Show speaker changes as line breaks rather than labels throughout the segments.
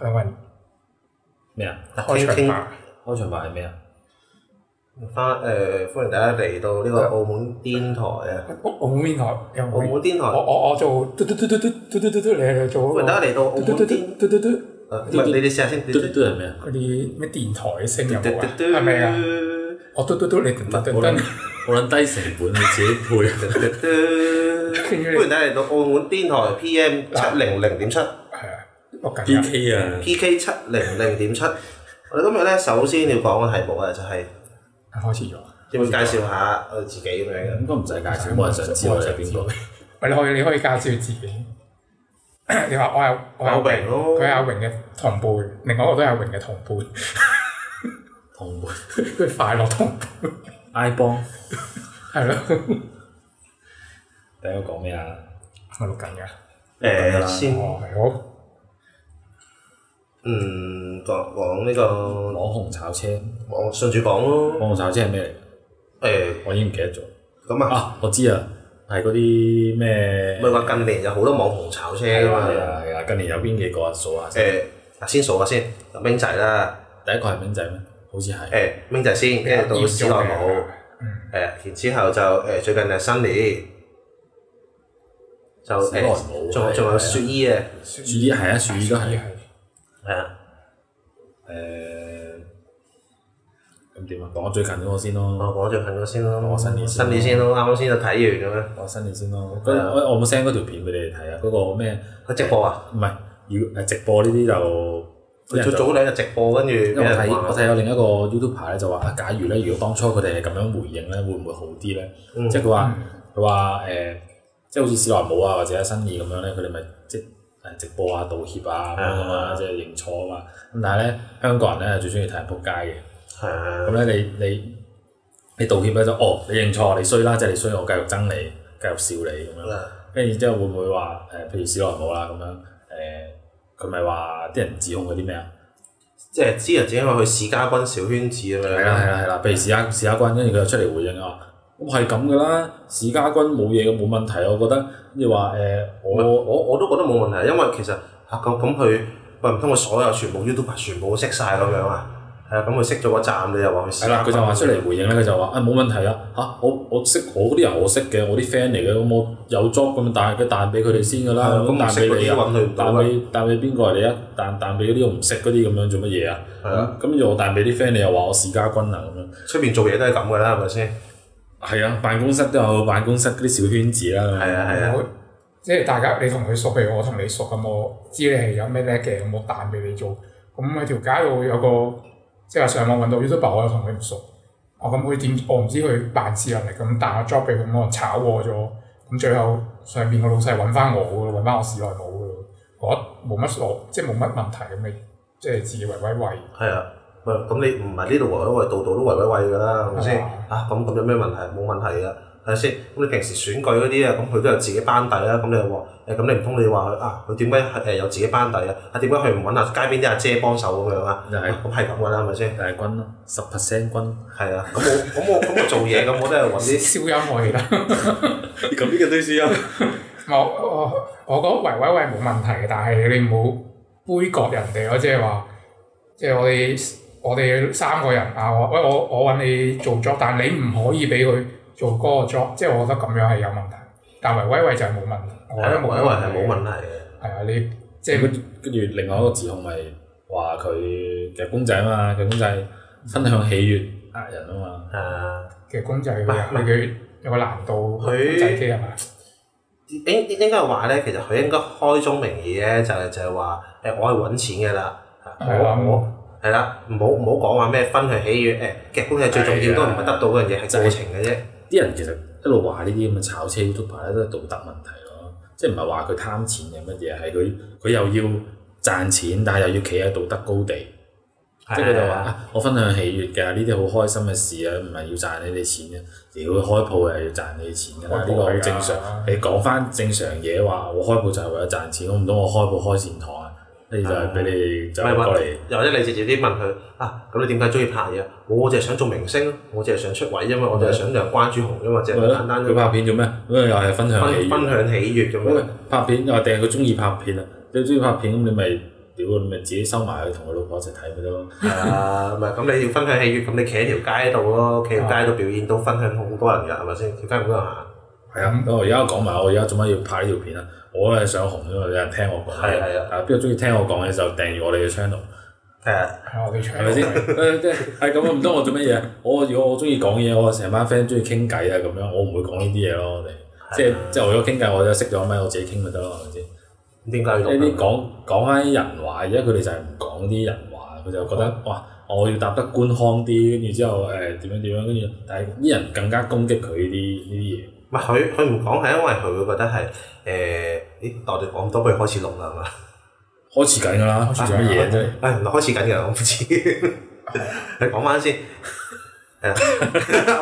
兩個人
咩啊？
開場白。
開場白係咩啊？
翻誒、呃歡迎大家嚟到呢個澳門電台啊！
澳澳門電台有
澳門電
我
台，
我我做嘟嘟嘟嘟嘟嘟嘟嘟嘟，你係做
歡迎大
嗰
家嚟到澳
個
門
嘟嘟嘟
電，
嘟嘟嘟
啊唔係你哋試下先，嘟
嘟
嘟
嘟係咩啊？
嗰啲咩電台嘅聲有
嘟
冇
嘟
啊？
嘟，
係咪啊？我嘟嘟嘟你嘟嘟嘟嘟，
好撚低成本，你自己配。啊
嘟嘟 嘟，歡迎大家嚟到澳門電台 PM 七零零點七
係啊，錄緊
D
㗎
K 啊，
PK 七零零點七。我哋今日咧首先要講嘅題目啊，就係
開始咗。
要唔要介紹下我哋自己咁樣嘅？
應該唔使介紹，冇人想知我哋係邊個。
喂，你可以你可以介紹自己。你話我係我係
阿榮咯
佢係阿榮嘅同伴，另外一個都係阿榮嘅同伴，
同伴
佢快樂同伴，
I 幫，
係咯，
第一個講咩啊？
我錄緊㗎。
誒呃先，
哦，係好。
嗯講講呢個
網紅炒車，
講順住講咯。呃
網紅炒車係咩嚟？
誒
我已經唔記得咗。
咁啊，
啊，我知啊，係嗰啲咩？
咪話近年有好多網紅炒車
係啊
㗎嘛。
係啊係啊！近年有邊幾個啊？數下先。
誒，嗱先數下先，明仔啦，
第一個係明仔咩？好似係。
誒明仔先，
啊
跟住到史萊姆，
嗯，
誒然之後就誒最近係新年，就
史萊姆
誒仲
係啊
仲有雪姨嘅，
雪
樹衣係啊，樹衣都係。
係。
係啊，
誒，咁點啊？講最近嗰個先
我
咯，
講最近嗰先咯，
我新年先
新年先咯，啱啱先就睇完咁樣，
講新年先咯。嗰我我冇 send 嗰條片俾你哋睇啊，嗰個咩？
佢直播啊，
唔係要誒直播呢啲就
佢早早兩日直播，跟住俾
因為我睇
人
我
話，
啊睇有另一個 YouTuber 咧就話啊，假如咧如果當初佢哋係咁樣回應咧，會唔會好啲咧？
嗯
即係佢話佢話誒，即係好似史萊姆啊或者新意咁樣咧，佢哋咪即係誒直播啊、道歉啊咁樣啊，
啊
即係認錯啊嘛。咁但係咧，香港人咧最中意睇人仆街嘅。
係啊，
咁咧，你你你道歉咧就哦，你認錯，你衰啦，即係你衰，我繼續憎你，繼續笑你咁樣。跟住之後會唔會話誒、譬如史萊姆啦咁樣誒，佢咪話啲人指控嗰啲咩啊？
即係知人只因為佢史家軍小圈子咁樣，
係啊啦係啦係啦，譬如史家史家軍，跟住佢就出嚟回應啊，咁係咁噶啦，史家軍冇嘢嘅，冇問題，我覺得。跟住話誒，
我
我
我我都覺得冇問題，因為其實嚇咁咁佢喂唔通佢所有全部 YouTube 啊全部都識晒咁樣啊？係啊，咁佢識咗一站，你又話佢
係
試
啦，佢就話出嚟回應咧，佢就話啊冇問題啊嚇，我我識我嗰啲人我識嘅，我啲 friend 嚟嘅，咁我有 job 咁彈佢彈俾佢哋先噶啦，
咁唔
彈
識
俾
嗰
你
啲
啊。
揾佢唔到
彈
啦，
俾彈俾邊個啊？你一彈彈俾嗰啲我唔識嗰啲咁樣做乜嘢啊？
係啊，
咁又彈俾啲 friend，你又話我史家軍啊咁樣。
出邊做嘢都係咁噶啦，係咪先？
係啊，辦公室都有辦公室嗰啲小圈子啦。
係啊係啊，
我即係大家你同佢熟，譬如我同你熟咁，我知你係有咩叻嘅，咁我彈俾你做。咁喺條街度有個即係話上網揾到 YouTube，我又同佢唔熟，我咁佢點？我唔知佢辦事能力咁，彈個 job 俾佢，咁我炒過咗。咁最後上邊個老細揾翻我嘅咯，揾翻我市內冇嘅咯。我冇乜所，即係冇乜問題咁咪即係自以為威威。
係啊。喂，咁你唔係呢度圍威喂，度度都圍威喂㗎啦，係咪先
係啊？
啊，咁咁有咩問題？冇問題㗎，係咪先？咁你平時選舉嗰啲啊，咁佢都有自己班底啊啦，咁你又話誒，咁你唔通你話佢啊？佢點解誒有自己班底啊？啊，點解佢唔揾下街邊啲阿姐幫手咁樣啊？
就係
咁係咁㗎啦，係咪先？
大軍咯，十 percent 軍。
係啊，咁我咁我咁我做嘢咁，我都係揾 啲
消音我而家。
咁呢個都算啊？
我我我覺得圍威喂冇問題嘅，但係你唔好杯葛人哋咯，即係話，即係我哋我哋三個人啊，我喂我我揾你做 job，但係你唔可以俾佢做嗰個 job，即係我覺得咁樣係有問題。但圍威喂就係冇問題，我覺
係
得
啊，冇因為係冇
題。
問題嘅，
係啊，你即係
跟住跟住另外一個指控咪話佢嘅公仔啊嘛，佢公仔分享喜悅呃人啊嘛。
係啊，
嘅公仔，
唔係
你嘅有個難度公
佢
仔機係咪？
應應該係話咧，其實佢應該開宗明義咧，就係就係話誒，我係揾錢嘅啦，
係啊
我我係啦，唔好唔好講話咩分享喜悅誒，其實工係最重要都唔係得到嗰樣嘢，係過程嘅啫，
啲人其實一路話呢啲咁嘅炒車 YouTuber 咧，都係道德問題咯，即係唔係話佢貪錢定乜嘢，係佢佢又要賺錢，但係又要企喺道德高地，即係佢就話啊，我分享喜悅㗎，呢啲好開心嘅事啊，唔係要賺你哋錢嘅，啊屌開鋪又要賺你哋錢㗎
開
啦，
鋪
呢個好
係㗎
正常。你講翻正常嘢話，我開鋪就係為咗賺錢，我唔通我開鋪開善堂啊，跟住就係俾你哋就
唔係
過
話
嚟。
又或者你直接啲問佢啊，咁你點解中意拍嘢啊？我就係想做明星咯，我就係想出位，因為我就係想就係關注紅啫嘛，就係咁簡單啫
佢
嘛，
拍片做咩？咁又係分享喜
分
悅。
分享喜悅咁
咁
樣
咪。拍片又話定係佢中意拍片啊？你中意拍片咁你咪屌你咪自己收埋去同佢老婆一齊睇咪得咯。
係啊，咪咁你要分享喜悅，咁你企喺條街度咯，企喺條街度表演都分享好多人㗎，係咪先？條街好多人行，
係啊，咁我而家講埋我而家做乜要拍呢條片啊？我係想紅，因為有人聽我講嘢。
係係啊
啊，邊個中意聽我講嘅就訂閱我哋嘅 channel，
係啊，
係我哋唱
係咪先？ 誒即係係咁啊，唔通我做乜嘢？我如果我中意講嘢，我成班 friend 中意傾偈啊咁樣，我唔會講呢啲嘢咯。我哋即係即係我如果傾偈，我就識咗咪我自己傾咪得咯，係咪先？
咁點解要
即
錄啊
係啲
呢？
講講翻啲人話，而家佢哋就係唔講啲人話，佢就覺得哇，我要答得官腔啲，跟住之後誒點樣點樣，跟住但係啲人更加攻擊佢啲呢啲嘢。
唔係佢佢唔講係因為佢會覺得係誒，咦？我哋講咁多，不如開始錄啦，係嘛？
開始緊㗎啦，
開始
做
緊
乜嘢啫？
唉，唔係開始緊㗎，我唔知。你講翻先。係 啊，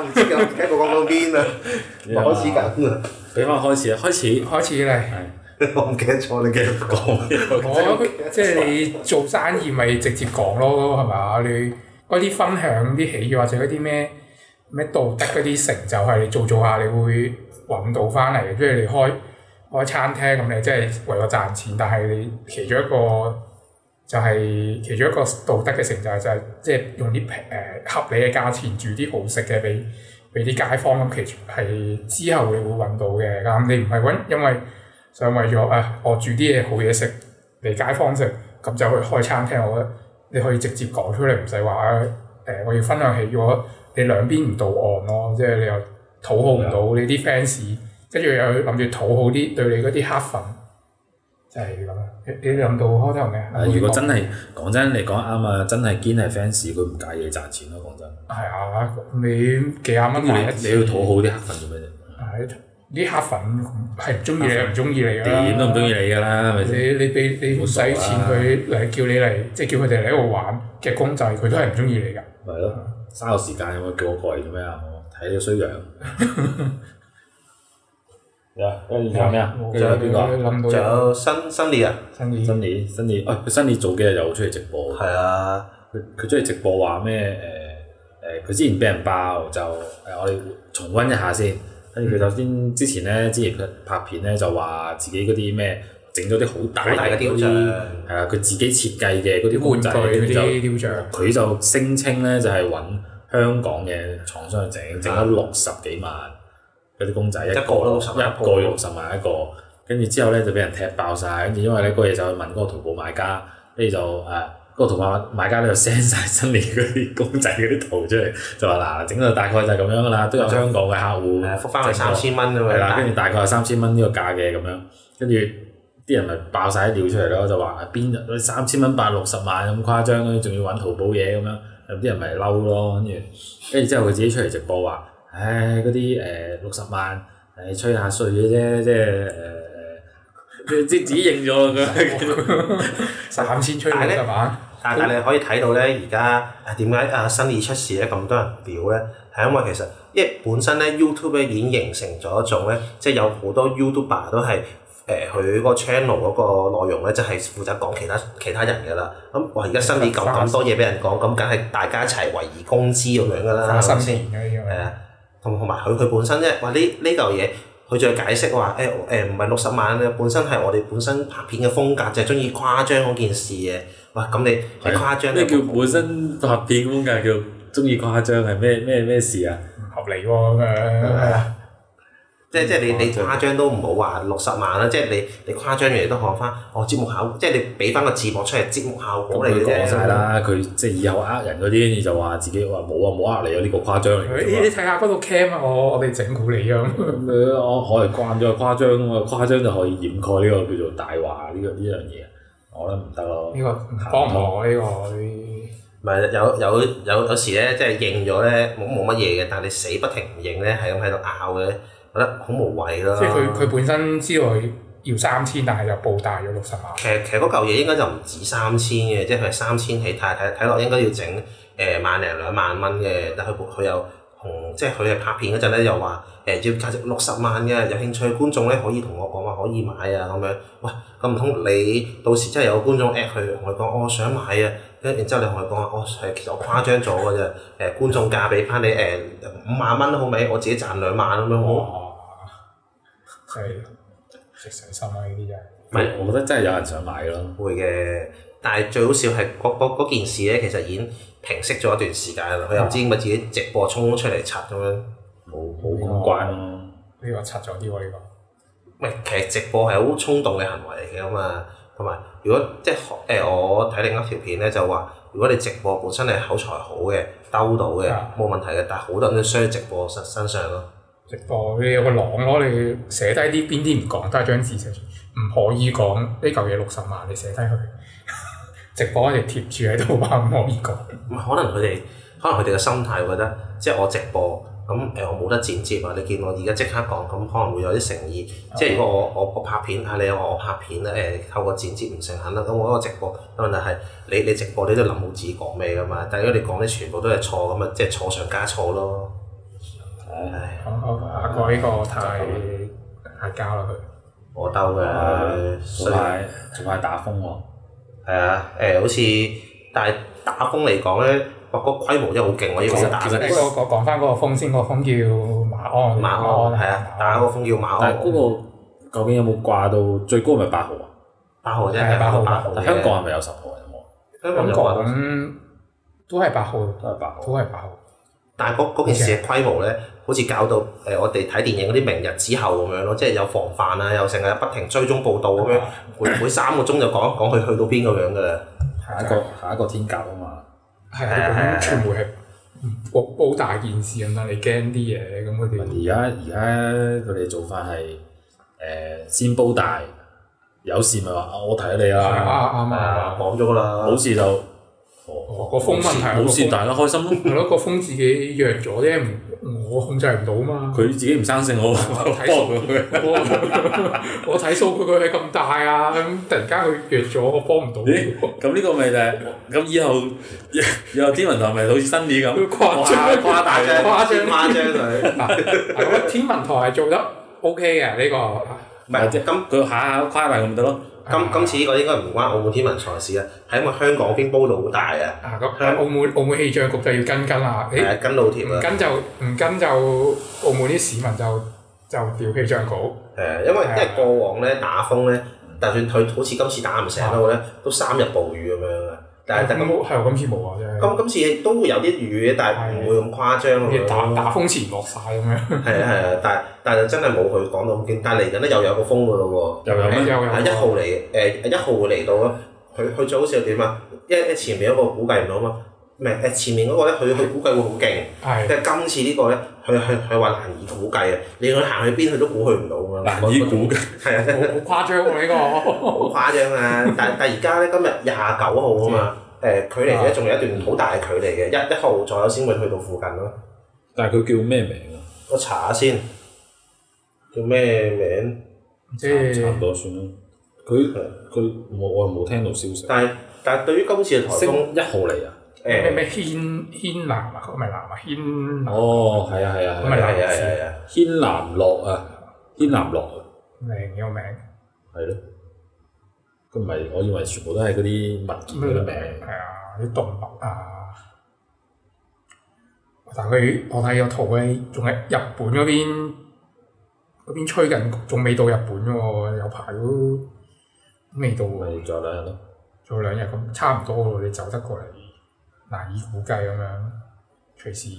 我唔知㗎，我唔記得我講到邊啊啦。 唔係開始緊啊，
俾翻開始啊，開始
開始嚟。
係
我唔記得咗你繼續講。
我哦即係你做生意咪直接講咯，係嘛？你嗰啲分享啲喜悅或者嗰啲咩咩道德嗰啲成就係你做做下，你會揾到翻嚟嘅。即係你開開餐廳咁，你即係為咗賺錢，但係你其中一個就係、其中一個道德嘅成就就係即係用啲平誒合理嘅價錢煮啲好食嘅俾俾啲街坊咁，其實係之後你會揾到嘅。咁你唔係揾因為想為咗啊，我煮啲嘢好嘢食。嚟街坊食，咁就去開餐廳。我覺得你可以直接講出嚟，唔使話啊誒，我要分享喜悅。你兩邊唔到岸咯，即係你又討好唔到
啊
你啲 fans，跟住又諗住討好啲對你嗰啲黑粉，就係咁啦。你你諗到開頭咩
啊！如果真係講真嚟講啱啊，真係堅係 fans，佢唔介意賺錢咯。講真，
係啊，你幾廿蚊
你
買一
你
次
要討好啲黑粉做咩啫？
係啲黑粉係唔中意你，唔中意你㗎啦。
點都唔中意你㗎啦，係咪先？啊
你你俾你唔使錢佢嚟叫你嚟，即係叫佢哋嚟度玩嘅公仔，佢都係唔中意你㗎。
咪係咯，嘥我時間咁啊！叫我過嚟做咩啊？我睇你個衰 樣。呀，跟住仲有咩啊？跟住仲有邊個啊？
諗
仲
到
有新新年啊，
新意
新年新年，啊！佢新年早幾日又出嚟直播。
係啊，
佢佢中意直播話咩誒誒，佢、之前俾人爆就誒、呃我哋重温一下先。跟
嗯
住佢首先之前咧，之前佢拍片咧就話自己嗰啲咩整咗啲好大
好大嘅
嘅
雕
嗰
像，
啲係啊，佢自己設計嘅嗰
玩
啲公
具
仔，
嗰
跟住就
啲雕像，
佢就聲稱咧就係揾香港嘅廠商去整，整咗六十幾萬嗰啲公啊仔一個
一個咯60萬
一個六十萬一個，跟住之後咧就俾人踢爆晒。跟住因為咧嗰嘢就去問嗰個淘寶買家，跟住就啊誒嗰、個淘寶買家咧就 send 晒新年嗰啲公仔嗰啲圖出嚟，就話嗱整到大概就係咁樣噶啦，都有香港嘅客戶
誒復翻去
整過
三千蚊咁
係
樣。
啦，跟住大概係三千蚊呢個價嘅咁樣，跟住啲人咪爆晒啲料出嚟咯，就話啊邊三千蚊八六十萬咁誇張，跟住仲要揾淘寶嘢咁樣，有啲人咪嬲咯，跟住跟住之後佢自己出嚟直播話，唉嗰啲誒六十萬誒吹下水嘅啫，即係誒。誒即即自己認咗咁 樣，
三千出嚟係嘛？
但但你可以睇到咧，而家啊點解啊新意出事咧咁多人屌咧？係因為其實因為本身咧 YouTube 咧已經形成咗一種咧，即係有好多 YouTuber 都係誒佢嗰個 channel 嗰個內容咧，就係負責講其他其他人㗎啦。咁哇，而家新意咁咁多嘢俾人講，咁梗係大家一齊圍而攻之咁樣㗎啦，
花
係咪
生
先？
田嗰啲咁
係
樣
啊，同同埋佢佢本身啫，話呢呢嚿嘢，佢仲要解釋話誒誒唔係六十萬咧，本身係我哋本身拍片嘅風格，就係中意誇張嗰件事嘅。哇，咁你你
係啊
誇張
咩叫本身拍片風格叫中意誇張係咩咩咩事啊？
唔合理喎咁樣。
即即係你你
誇張
誇張都唔好話六十萬啦，即係你你誇張完你都學翻，哦節目效果，即係你俾翻個字幕出嚟節目效果
咁
嚟
佢
嘅
講晒
啫。
啦，佢即係以後呃人嗰啲，跟住就話自己話冇啊冇呃你啊，呢個誇張嚟
咦
嘅啫
你
嘛。
睇下嗰度 cam 啊，我我哋整蠱你啊！咁
咁佢我我係慣咗誇張啊嘛，誇張就可以掩蓋呢個叫做大話呢個呢樣嘢，我覺得唔啊得咯。
呢個唔幫唔我呢個呢
唔係有有有有時咧，即係認咗咧冇冇乜嘢嘅，但係你死不停唔認咧，係咁喺度拗嘅，覺得好無謂咯。
啲，即係
啊
佢佢本身知道佢要三千，但係就報大咗六十萬。
其實其實嗰嚿嘢應該就唔止三千嘅，即係佢係三千起，睇睇睇落應該要整誒、呃、萬零兩萬蚊嘅，但佢佢又同即係佢係拍片嗰陣咧又話誒、要價值六十萬嘅，有興趣嘅觀眾咧可以同我講話可以買啊咁樣，喂咁唔通你到時真係有個觀眾 at 佢同佢講哦我想買啊，跟住然之後你同佢講話我係其實我誇張咗嘅啫，誒、呃觀眾價俾翻你誒五萬蚊好未？我自己賺兩萬咁樣我。
哇！真係食上心啊！呢啲真係
唔係
我覺得真係有人想買咯。
會嘅，但係最好笑係嗰嗰嗰件事咧，其實已經平息咗一段時間啦。佢又唔知點解自己直播衝出嚟刷咁樣。
冇冇公關咯。
呢個柒咗啲喎，呢個
喂，其實直播係好衝動嘅行為嚟嘅咁啊，同埋如果即係學誒，我睇另一條片咧就話，如果你直播本身你口才好嘅，兜到嘅
啊
冇問題嘅，但係好多人都衰喺直播身身上咯。
直播你有個廊咯，你寫低啲邊啲唔講，都係張字寫住，唔可以講呢嚿嘢六十萬，你寫低佢。直播一直貼住喺度話唔可以講，
唔係可能佢哋，可能佢哋嘅心態會覺得，即係我直播咁誒、我冇得剪接啊！你見我而家即刻講，咁可能會有啲誠意。
哦
即係如果我我我拍片啊，你話我拍片咧誒、透過剪接唔誠懇啦，咁我一個直播，但問題係你你直播你都諗好自己講咩噶嘛？但係如果你講啲全部都係錯咁啊，即係錯上加錯咯。
唉
唉，
講講阿哥呢個太太交啦佢，
我兜嘅，
早
衰
排早排打風
哦
喎，
係啊誒，好似但係打風嚟講咧，哇個規模真係好勁喎！呢
其
個
實
打
哦其實
不過講講翻嗰個風先，嗰個風叫馬鞍，
馬
哦
鞍係啊，打個風叫馬
但
鞍
係。嗰個究竟有冇掛到最高係咪八號啊？
八號啫，
係啊八號
八號
但
啫。
香港係咪有十號啊？有冇啊？
香港
香
就話，
港都係八號，
都係八號。
都係八號。
但係嗰嗰件事嘅規模咧，好似搞到誒、呃我哋睇電影嗰啲明日之後咁樣咯，即係有防範啊，又成日不停追蹤報道咁樣，每每三個鐘就講一講佢去到邊咁樣噶啦。
下一個下一個天鴿啊嘛，
係
係啊係
啊，
啊
咁傳媒係煲煲大件事咁啦，你驚啲嘢咁佢哋
而家而家佢哋做法係誒先煲大，有事咪話啊我睇你
係
啦，
啊啱
啊
啊，
講咗啦，
冇事就
哦
哦
個風
冇事
問題
冇事大家開心咯。
係咯個風自己弱咗啫，唔我控制唔到嘛。
佢自己唔生性，我
我
幫
睇數
佢。
哦
我我睇數據佢係咁大啊，咁突然間佢弱咗，我幫唔到。
咦咁呢個咪就係咁以後 以後天文台咪好似新年咁
佢誇張
誇大
誇張
咗。
誇張
誇張佢，
嗱，嗱啊天文台係做得 OK 嘅呢個，啊
唔係
即係
今
佢下下誇大佢咪得咯。
今今次呢個應該唔關澳門天文台事啊，係因為香港邊煲到好大啊，
啊咁澳門澳門氣象局就要跟跟啦，誒
係跟路貼
唔
啊，
跟就唔跟就澳門啲市民就就調氣象局。
誒，啊因為因為過往咧打風咧，就算佢好似今次打唔成都好咧，都三日暴雨咁樣啊，但係但係咁
冇係喎，今次冇啊，真係。
咁今次都會有啲雨嘅，但係唔會咁誇張
好似
咁
打
樣
打
咯。
風前落晒咁樣，
係啊係啊，但係但係真係冇佢講到咁勁。但係嚟緊咧又有個風㗎咯
又有
又
咩？
有
喎，係啊一號嚟誒一號會嚟到咯。佢佢最好笑點啊？因為前面嗰個估計唔到啊嘛，唔係誒前面嗰個咧，佢佢估計會好勁。
係
但係今次呢個咧，佢佢佢話難以估計啊！你佢行去邊，佢都估佢唔到咁樣。
難以估嘅。
係啊，真係
好誇張喎呢個。
好誇張啊！但但而家咧今日廿九號啊嘛，誒距離咧仲有一段好大嘅距離嘅，一一號左右先會去到附近咯。
但係佢叫咩名啊？
我查下先，叫咩名？
即
差唔
係
多算啦。佢佢我我又冇聽到消息。
但係但係對於今次嘅颱風，
星一號嚟啊！
咩
誒
咩軒軒南啊，唔係南啊，軒南
哦，係啊係啊
咁咪
係
係
啊！
啊係啊係啊，
軒南落啊，軒南落啊，
靚嘅個名，
係咯。佢唔係，我以為全部都係嗰啲物件嗰啲名。
係啊，啲動物啊。但佢我睇個圖咧，仲喺日本嗰邊嗰邊吹緊，仲未到日本喎，有排都未到喎。
咪仲有兩日咯。
做兩日咁差唔多咯，你走得過嚟，難以估計咁樣，隨時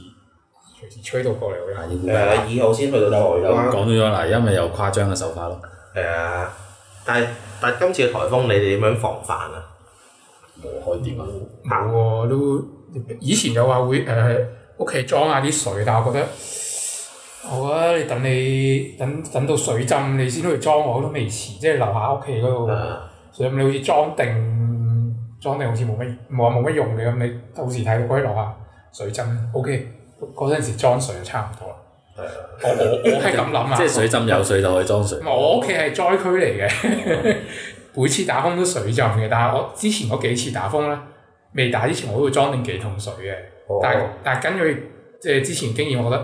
隨時吹到過嚟嗰啲。
誒二號先去到台
有
灣，
講咗咗啦，因為有誇張嘅手法咯。
係啊。但係但係今次嘅颱風，你哋點樣防範啊？
冇開點啊？
冇喎，都以前就話會誒屋企裝下啲水，但係我覺得，我覺得你等你等等到水浸你先去裝，我都未遲，即係留下屋企嗰度。
啊
所以咁你好似裝定裝定好似冇乜冇話冇乜用嘅咁，你到時睇可以留下水浸。O.K. 嗰陣時裝水就差唔多啦。
係啊，
我我我係咁諗啊。
即係水浸有水就可以裝水
唔。係我屋企係災區嚟嘅， 每次打風都水浸嘅。但係我之前嗰幾次打風咧，未打之前我都會裝定幾桶水嘅。
哦
但係但係根據即係之前經驗，我覺得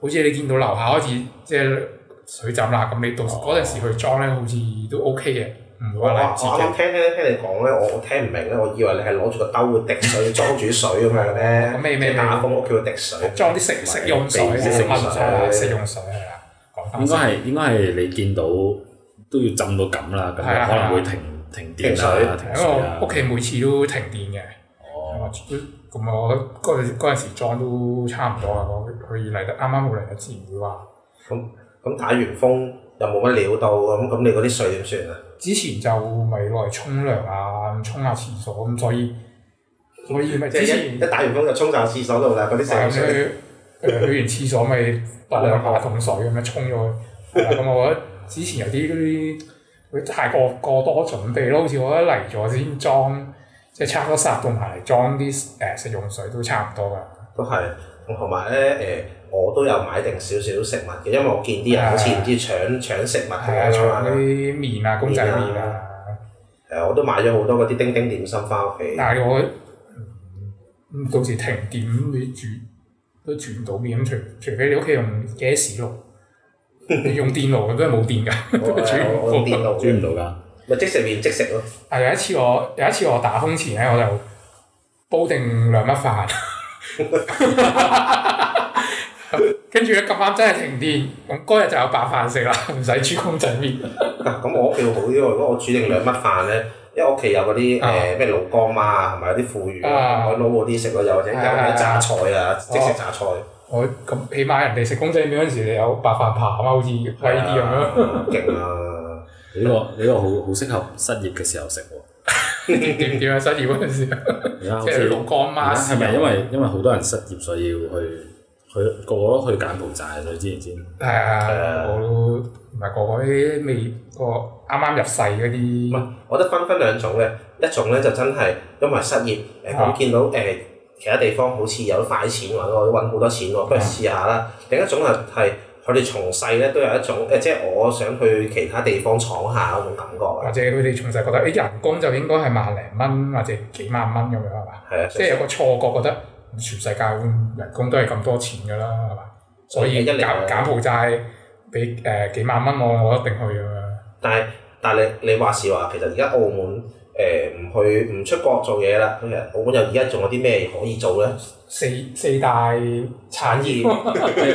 好似你見到樓下開始即係水浸啦，咁你到嗰陣時去裝咧，好似都 OK 嘅，唔
我
會
我
話嚟唔切
啱啱
嘅。
聽聽聽你講咧，我我聽唔明咧，我以為你係攞住個兜會滴水裝住水咁樣咧，
咁咩咩
即係打風屋企會滴水。
裝啲食食用水、
備
食
食
物
用
水啊、
水
食用水係啦，講
應
翻
該
先。
係應該係你見到都要浸到咁啦，咁
係啊
可能會停停電
停
啊，
水
停
因
水
為
啊，
我屋企每次都停電嘅，
哦，
咁我嗰陣嗰陣時裝都差唔多啦，我佢嚟得啱啱好嚟得自然會話。
咁咁打完風又冇乜料到咁，咁你嗰啲水點算啊？
之前就咪攞嚟沖涼啊，沖下廁所咁，所以所以咪
即
之
係一
前
一打完風就衝晒廁所度啦，嗰啲
係
成
咁
水。
去誒去完廁所咪攞兩下桶水咁樣沖咗佢。係啦咁我覺得之前有啲嗰啲佢太過過多準備咯，好似我一嚟咗先裝，即係差唔多殺到埋嚟裝啲誒食用水都差唔多㗎。
都係，同埋咧誒，我都有買定少少食物嘅，因為我見啲人好似唔知搶搶食物
係啊，
咁樣
仲有嗰
啊。
啲麵啊、公仔麵
麵
啊，
誒，我都買咗好多嗰啲叮叮點心翻屋企。
但係我嗯到時停電咁你煮都煮唔到麵咁，除除非你屋企用 gas 爐，你用電爐咁都係冇電 㗎， 都
我
哦係啊
我我
煮唔
用
到
電。腦
追
嘅
唔到㗎。
咪即食麵即食咯。
啊！有一次我有一次我打風前咧，我就煲定兩粒 飯，跟住咧咁啱真係停電，咁嗰日就有白飯食啦，唔使煮公仔麵。
嗱，啊咁我屋企好啲喎，如果我煮定兩乜飯咧，因為我屋企有嗰啲
啊
誒咩老乾媽啊，同埋有啲腐乳啊，
啊
我撈嗰啲食咯，又或者有
係係
啲
係
榨菜啊，即食榨菜。
我咁起碼人哋食公仔麵嗰陣時，你有白飯扒啊嘛，好似威啲咁樣。
樣。勁啊！
你呢個你呢個好好適合失業嘅時候食喎。
點點點樣失業嗰陣時，即
而家好
係
似
老乾媽
而家係
豉
咪
油
因為因為好多人失業，所以要去去個個都去柬埔寨，所以之前先
係啊，
誒
我都唔係個個啲未個啱啱入世嗰
唔
啲
係，我覺得分分兩種嘅，一種咧就真係因為失業，誒
啊
咁見到誒其他地方好似有快錢揾，我揾好多錢
啊
喎，不如試下啦。另一種係係佢哋從細咧都有一種誒，即係我想去其他地方闖下嗰種感覺
或
啊。
者佢哋從細覺得誒人工就應該係萬零蚊或者幾萬蚊咁樣係嘛，
係啊，
即係有個錯覺覺得嗯全世界人工都係咁多錢㗎啦係嘛，所以
一嚟
柬
就
柬埔寨俾誒幾萬蚊我，我一定去咁樣。
但係但係你你話是話，其實而家澳門誒唔、去唔出國做嘢啦，咁其實澳門又而家仲有啲咩可以做咧？
四四大
產業、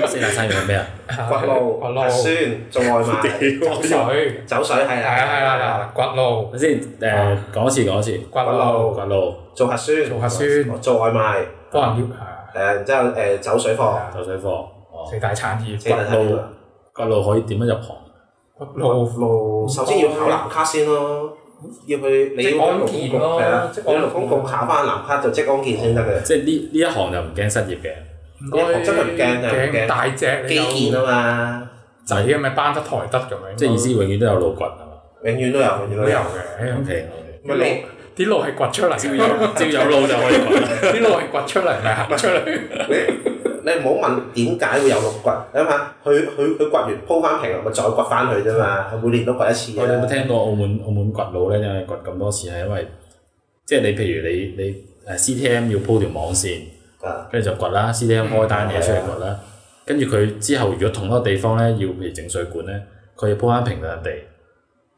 四大產業係咩啊？
掘路、
骨
核
路、
酸、做外賣、
走水，
走水係
係
啦，
啊係啦，嗱，骨路、
等先誒講一次講一次，
骨
骨
路
路。
掘路
做核酸、哦
做核酸
做外賣。
幫人要係
誒，然之後誒走水貨，
啊
走水貨，哦
四大產業
四大產業啦
掘路可以點樣入行？
骨路
路首先要考藍卡先咯，要去你要去勞工
即
局
安健咯
係啊，
即
你
安健
勞工局考翻藍卡就即安健先得嘅。
即係呢呢一行就唔驚失業嘅，
唔該，
真係唔驚真係唔驚
大隻你
基建
有
啊嘛，
仔咁咪班得台得咁樣，
即係意思永遠都有路掘係嘛
永遠都有，永遠
都
都
有
有。
嘅。
？OK OK，
咪你
啲路係掘出嚟，
只要有只要有路就可以掘。
啲路係掘出嚟，咪行出嚟。
你你唔好問點解會有六掘，你諗下，佢佢佢掘完鋪翻平，咪再掘翻佢啫嘛。佢每年都掘一次
我哋有冇
嘅。
聽過澳門澳門掘路咧？因為掘咁多次係因為，即係你譬如你你誒 CTM 要鋪條網線，
啊，
跟住就掘啦，CTM 開單嘢出嚟掘啦，跟住佢之後如果同一個地方咧要譬如整水管咧，佢要鋪翻平嗰笪地，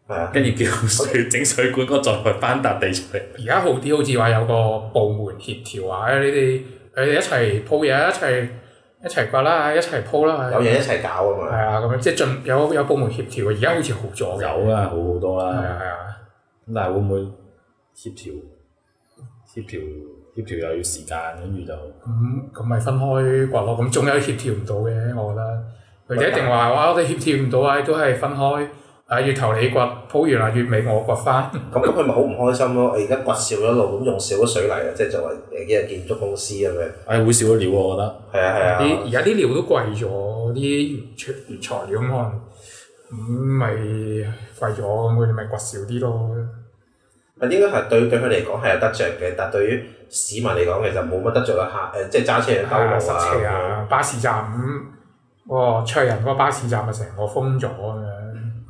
係啊，
跟住叫水整水管嗰個再掘翻笪地出嚟。
而家好啲，好似話有個部門協調啊哎話，誒你哋你哋一齊鋪嘢，一齊一齊掘啦，一齊鋪啦，
有嘢一齊搞啊嘛。
係啊，咁樣即係進有有部門協調，而家好似好咗嘅。
有啊，好好多
係
啦。
啊係啊，
咁但係會唔會協調協調協調又要時間，跟住就
咁咁咪分開掘咯。咁總有協調唔到嘅，我覺得。佢哋一定話哇，我哋協調唔到啊，都係分開。啊，月頭你掘鋪完啊，月尾我掘翻。
咁咁佢咪好唔開心咯？我而家掘少咗路，咁用少咗水泥啊，即係作為誒一日建築公司咁樣。
誒會哎少咗料喎，我覺得。
係啊係啊。
啲而家啲料都貴咗，啲原材原材料咁可能咁咪貴咗，咁佢哋咪掘少啲咯。
係應該係對對佢嚟講係有得着嘅，但對於市民嚟講其實冇乜得着啦，客誒即係揸車去兜
啊，塞
路
車
啊，
啊，巴士站咁，哇！卓人嗰個巴士站咪成個封咗咁樣。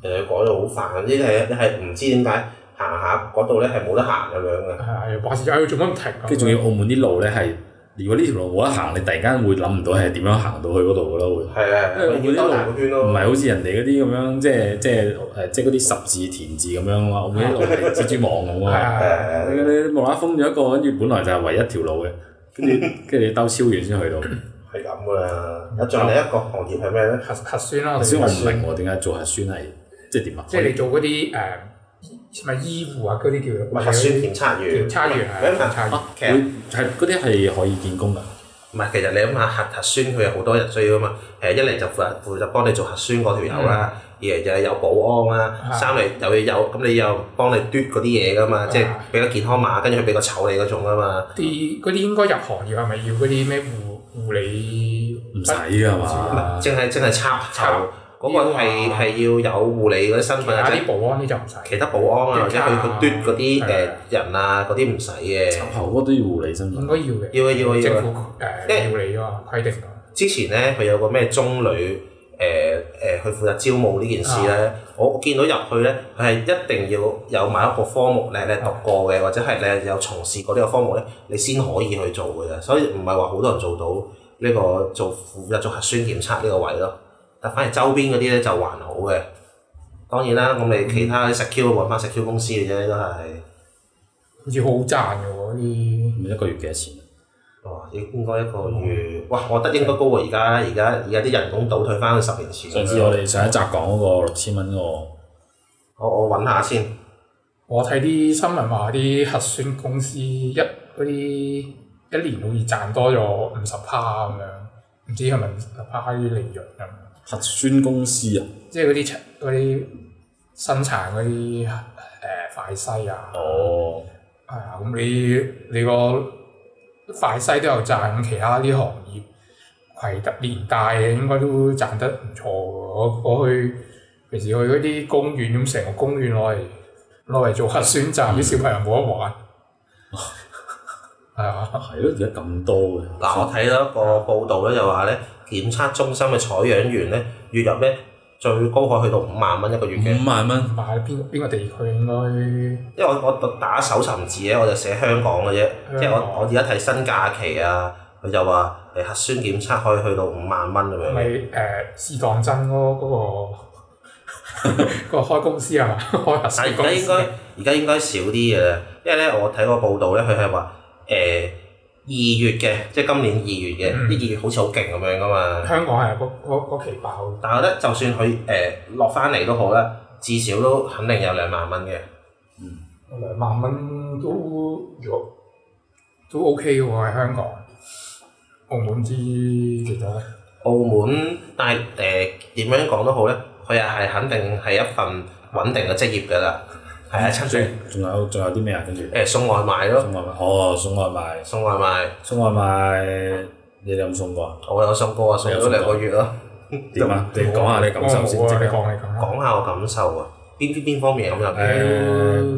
誒改到好煩，啲係你係唔知點解行下嗰度咧係冇得行咁樣嘅。
係啊，巴士站，哎，做乜唔停啊？
跟住仲要澳門啲路咧係，如果呢條路冇得行，你突然間會諗唔到係點樣行到去嗰度噶咯，會
係啊，
因為
永遠兜大個圈
唔
咯。
係好似人哋嗰啲咁樣，即係即係誒，即係嗰啲十字田字咁樣啊嘛，澳門啲路係蜘蛛網咁
係
啊，
啊係啊，
誒
你你無啦啦封咗一個，跟住本來就係唯一條路嘅，跟住跟住你兜超遠先去到。
係咁噶啦。
嗯
啊，仲有另一個行業係咩咧？
核核酸啦，
頭先我唔
核酸
明喎，點解做核酸係即係點啊？
即係你做嗰啲誒咪醫護啊嗰啲叫
唔係核酸檢測員，
檢測員
你諗
係檢
下
測員
啊，
其
會
實
係嗰啲係可以見工㗎。
唔係，其實你諗下核核酸佢有好多人需要啊嘛。誒，一嚟就負責負責幫你做核酸嗰條友
嗯
啦，二嚟就係有保安啦，
係
三嚟又要有咁你又幫你嘟嗰啲嘢噶嘛，即係
係
俾個健康碼，跟住佢俾個籌你嗰種啊嘛。
啲嗰啲應該入行業係咪要嗰啲咩護護理？
唔使㗎
唔係，
嘛？
淨係淨係插
啊插
頭嗰個係
呢個啊
係要有護理嗰啲身
其
份啊，
他
即係
啲保安呢就唔使。
其他保安啊，或者佢佢嘟嗰啲誒
係
人啊，嗰啲唔使嘅。
插喉嗰都要護理身
應
份
該。要嘅。
要啊要啊要
政
啊！
府誒要你啊規定啊。
之前咧，佢有個咩中女誒誒去負責招募呢件事咧，我見到入去咧，佢係一定要有某一個科目咧，你係讀過嘅，或者係你係有從事過呢個科目咧，你先可以去做嘅啫。所以唔係話好多人做到呢個做負責做核酸檢測呢個位咯。但反而周邊嗰啲咧就還好嘅。當然啦，咁你其他啲 secure 揾翻 secure 公司嘅啫，都係
好似好賺嘅喎嗰啲。
咁一個月幾多錢啊？
哇，哦應該一個月，哇，我覺得應該高過而家，而家而家啲人工倒退翻去十年前咁樣。
上次我哋上一集講嗰個六千蚊嗰個，
我我揾下先。
我睇啲新聞話啲核酸公司一嗰啲一年好似賺多咗五十趴咁樣，唔知係咪五十趴啲利潤咁樣。
核酸公司啊，
即係嗰啲出嗰啲生產嗰啲誒快篩啊，
哦，
係啊，咁你你個快篩都有賺，咁其他啲行業係得連帶嘅，應該都賺得唔錯喎。我我去平時去嗰啲公園咁，成個公園攞嚟攞嚟做核酸站，啲小朋友冇得玩，係啊，
係咯，而家咁多嘅。
嗱，我睇到一個報道咧，就話咧檢測中心嘅採樣員咧月入咧最高可以去到五萬蚊一個月
嗯
嘅。
五萬蚊，
買邊邊個地區應該
因為我我打搜尋字咧，我就寫香港嘅啫，即係
香港
我我而家睇新假期啊，佢就話誒核酸檢測可以去到五萬蚊咁
咪
樣。
誒試當真嗰嗰個 嗰個開公司係嘛？ 開核
但係
酸
而
公
家應該
司。
而家應該少啲嘅啦，因為咧我睇個報道咧，佢係話誒二月嘅，即係今年二月嘅，
嗯
呢二月好似好勁咁樣噶嘛。
香港係嗰嗰嗰期爆，
但係我覺得就算佢誒落翻嚟都好啦，至少都肯定有兩萬蚊嘅。
兩萬蚊都如果都 OK 喎喺香港，澳門唔知幾多咧？
澳門，但係誒點樣講都好咧，佢又係肯定係一份穩定嘅職業㗎啦。係啊，親戚
仲有仲有啲咩啊？跟住
誒送外賣咯，
送外賣，哦，送外賣，
送外賣，
送外賣，你哋有冇送過啊？
我有送過啊，送咗兩個月咯。
點啊？你講下你感受先，
我
即
冇啊你
刻。
講你講
講下我感受啊，邊邊邊方面咁入
誒誒，
嘅，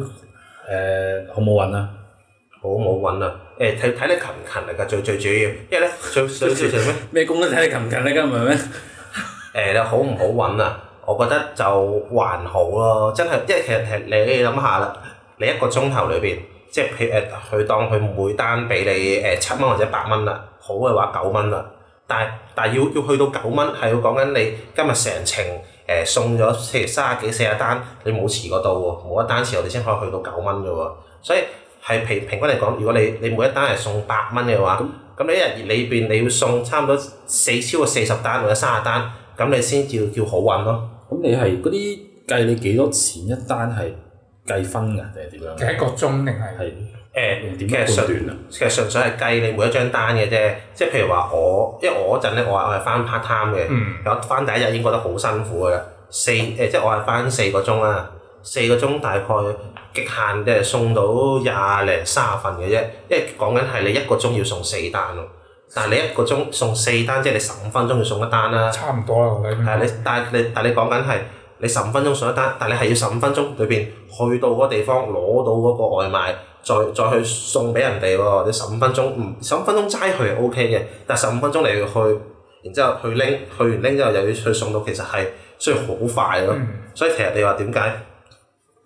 好冇揾啊？
好冇揾啊！誒睇睇你勤唔勤力㗎，最最主要，因為咧最最最最咩？
咩工都睇你勤唔勤力㗎，唔係咩？
誒你好唔好揾啊？我覺得就還好咯，真係，因為其實係你諗下啦，你一個鐘頭裏邊，即係譬如誒，佢當佢每單俾你誒七蚊或者八蚊啦，好嘅話九蚊啦，但係但係要要去到九蚊係要講緊你今日成程誒、送咗譬如三十幾四十單，你冇遲過到喎，冇一單遲我哋先可以去到九蚊啫喎，所以係平平均嚟講，如果你你每一單係送八蚊嘅話，咁你一日裏邊你要送差唔多四超過四十單或者三十單。咁你先至叫好運咯。
咁你係嗰啲計你幾多錢一單係計分㗎定係點樣？
幾個鐘定係
係
誒、
用
其
點樣
實
判
純
斷啊？
其實純粹係計你每一張單嘅啫。即係譬如話我，因為我嗰陣咧，我係我係翻 part time 嘅，
嗯
我翻第一日已經覺得好辛苦㗎啦。四誒、即係我係翻四個鐘啦，四個鐘大概極限即係送到廿零三十份嘅啫。因為講緊係你一個鐘要送四單喎，但係你一個鐘送四單，即係你十五分鐘要送一單啦。
差唔多啦，我覺得應
係
該。
你，但係你但係你講緊係你十五分鐘上一單，但係你係要十五分鐘裏邊去到嗰個地方攞到嗰個外賣，再再去送俾人哋喎。你十五分鐘唔十五分鐘齋去係 O K 嘅，但係十五分鐘你要去，然之後去拎，去完拎之後又要去送到，其實係需要好快咯。
嗯
所以其實你話點解？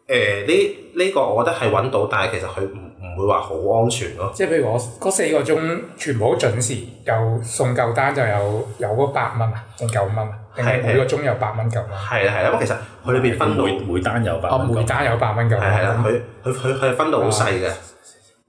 誒呢呢個我覺得係揾到，但係其實佢唔唔會話好安全咯。
即係譬如我嗰四個鐘全部都準時，又送夠單就有有嗰八蚊啊，定九蚊啊，定係
係
每個鐘有八蚊九蚊。
係啊啦係啦，咁其實佢裏邊分到。
每每單有八
哦，
蚊
每
咁。
單有八蚊九
係係啦，
蚊。
佢佢佢佢係分到好細嘅。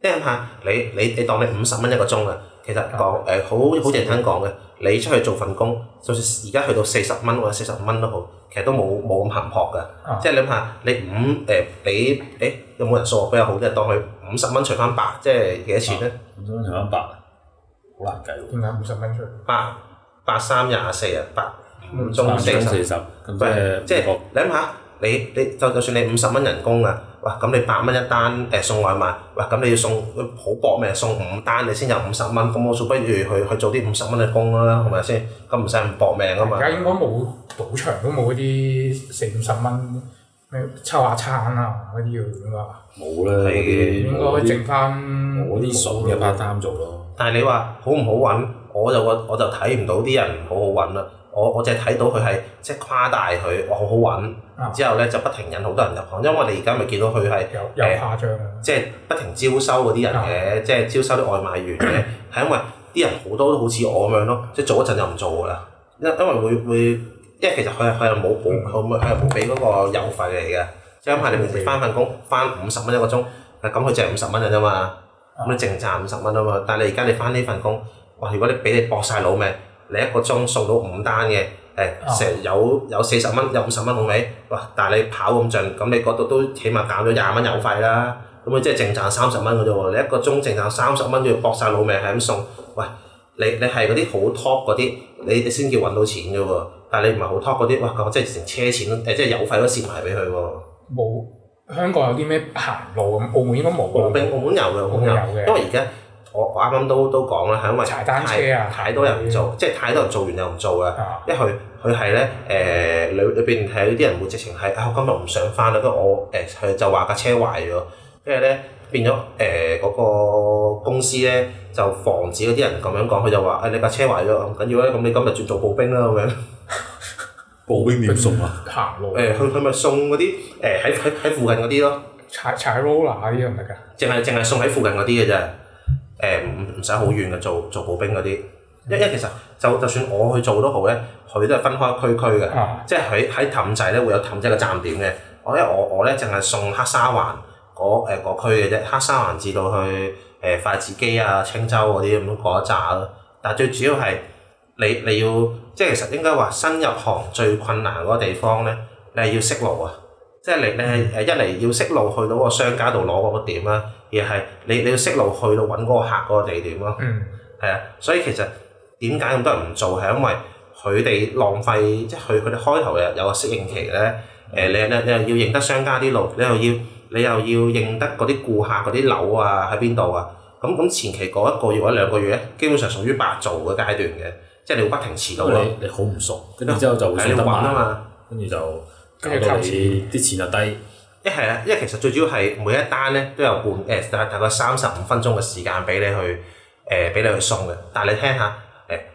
你諗下，你你你當你五十蚊一個鐘啊，其實講誒好好認真講嘅，你出去做份工，就算而家去到四十蚊或者四十五蚊都好，其實都冇冇咁含撲㗎。
啊
即係你諗下，你五誒俾誒有冇人數啊學比較好啲？當佢五十蚊除翻八，即係幾多錢咧？
咁樣除翻百，好難計喎。
點解五十蚊出嚟？
八八三廿四啊，八啊五中四啊
三
十
四。十，咁即係
喂即係
五
你諗下，你你就就算你五十蚊人工啊，哇！咁你八蚊一單誒、送外賣，哇！咁你要送好搏命送五單，你先有五十蚊，咁我仲不如去去做啲五十蚊嘅工啦，係咪先？咁唔使咁搏命啊嘛
而。家應該冇賭場都冇嗰啲四五十蚊咩抽下餐啊嗰啲要點啊？
個冇啦，嗰啲
應
我
該
啲
剩翻
我啲純嘅 part time 做咯，
但係你話好唔好揾，我就覺我就睇唔到啲人唔好好揾啦。我我淨係睇到佢係即係誇大佢，我好好揾，
啊
之後咧就不停引好多人入行，因為我哋而家咪見到佢係。
又又誇張啊！
即係不停招收嗰啲人嘅，即係招收啲外賣員嘅，係因為啲人好多都好似我咁樣咯，即係做一陣就唔做㗎啦，因因為會會，因為其實佢係佢係冇補佢冇佢係冇俾嗰個油費嚟嘅，即係諗下你平時翻份工翻五十蚊一個鐘，嗱咁佢淨係五十蚊嘅啫嘛，咁你淨賺五十蚊啊嘛，但係你而家你翻呢份工，哇！如果你俾你搏晒老命，你一個鐘送到五單嘅。
啊
誒成有有四十蚊有五十蚊好未？哇！但係你跑咁盡，咁你嗰度都起碼減咗廿蚊油費啦。咁你即係淨賺三十蚊嘅啫喎，你一個鐘淨賺三十蚊，要搏晒老命係咁送。喂，你你係嗰啲好 top 嗰啲，你你先叫揾到錢嘅喎。但係你唔係好 top 嗰啲，哇！咁即係成車錢都誒，即係油費都蝕埋俾佢喎。
冇香港有啲咩行路咁，澳門應該冇
澳
啊。
門澳門有嘅，澳
澳
門
門
有
有
嘅。
嘅
因為而家我我啱啱都都講啦，係因為
踩單車啊
太太多人唔做，即係太多人做完又唔做啦。
啊，
因為佢係咧誒裏裏邊係有啲人會直情係啊，我今日唔想翻啦，跟住我誒佢、就話架車壞咗，跟住咧變咗誒嗰個公司咧就防止嗰啲人咁樣講，佢就話啊你架車壞咗唔緊要啦，啊咁你今日轉做步兵啦咁樣。
步兵點送啊？
行路
誒佢佢咪送嗰啲誒喺喺喺附近嗰啲咯，
踩踩 roller 嗰啲得唔得㗎？
淨係淨係送喺附近嗰啲嘅啫。誒唔唔使好遠嘅做做步兵嗰啲，因因為其實就就算我去做都好咧，佢都係分開區區嘅。
啊，
即係喺喺氹仔咧會有氹仔嘅站點嘅。我咧我我咧淨係送黑沙環嗰誒嗰區嘅啫，黑沙環至到去誒、呃筷子基啊、青州嗰啲咁嗰一扎咯。但係最主要係你你要即係其實應該話新入行最困難嗰個地方咧，你係要識路啊！即係你你係誒呃一嚟要識路去到個商家度攞嗰個點啦，而係你你要識路去到揾嗰個客嗰個地點咯。
嗯，
係啊，所以其實點解咁多人唔做係因為佢哋浪費，即係佢佢哋開頭有有個適應期咧。誒、你你你又要認得商家啲路，你又要你又要認得嗰啲顧客嗰啲樓啊喺邊度啊。咁咁前期嗰一個月或者兩個月咧，基本上屬於白做嘅階段嘅，即係你會不停遲到
因
咯
為，你你好唔熟，跟住之後哦就會
係
送
你要
得
揾啊
慢，
嘛。
跟住就搞
跟住
到
扣
你
錢
啲錢就低。
一係啦，因為其實最主要係每一單咧都有半誒、大大概三十五分鐘嘅時間俾你去誒俾、你去送嘅，但係你聽下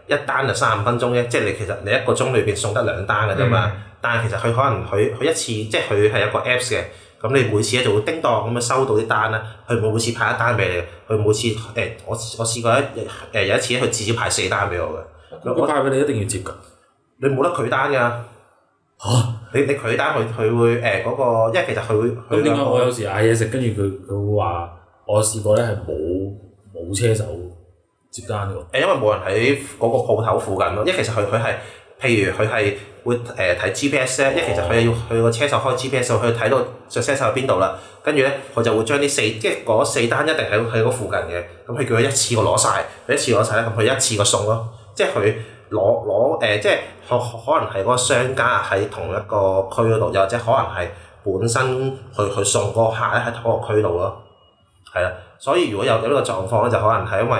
誒、一單就三十五分鐘啫，即係你其實你一個鐘裏邊送得兩單嘅啫嘛。
嗯
但係其實佢可能佢佢一次即係佢係有個 apps 嘅，咁你每次咧就會叮當咁樣收到啲單啦。佢每每次派一單俾你，佢每次誒、我我試過一誒、呃有一次咧，佢至少派四單俾我嘅，
佢派俾你一定要接㗎。
你冇得拒單㗎。
嚇！
你你拒單佢佢會誒嗰、個，因為其實佢會
咁
佢
點解
有個
我有時嗌嘢食，跟住佢佢會話我試過咧係冇冇車手接單㗎喎。
誒，因為冇人喺嗰個鋪頭附近咯，因為其實佢佢係，譬如佢係會誒睇、GPS 咧，因為其實佢要佢個車手開 GPS，佢睇到隻車手喺邊度啦，跟住咧佢就會將啲四即係嗰四單一定喺喺嗰附近嘅，咁佢叫佢一次過攞晒，佢一次攞晒咧，咁佢一次過送咯，即係佢攞攞誒，即係可可能係嗰個商家喺同一個區嗰度，又或者可能係本身佢佢送嗰個客咧喺同一個區度咯，係啦，所以如果有有呢個狀況咧，就可能係因為。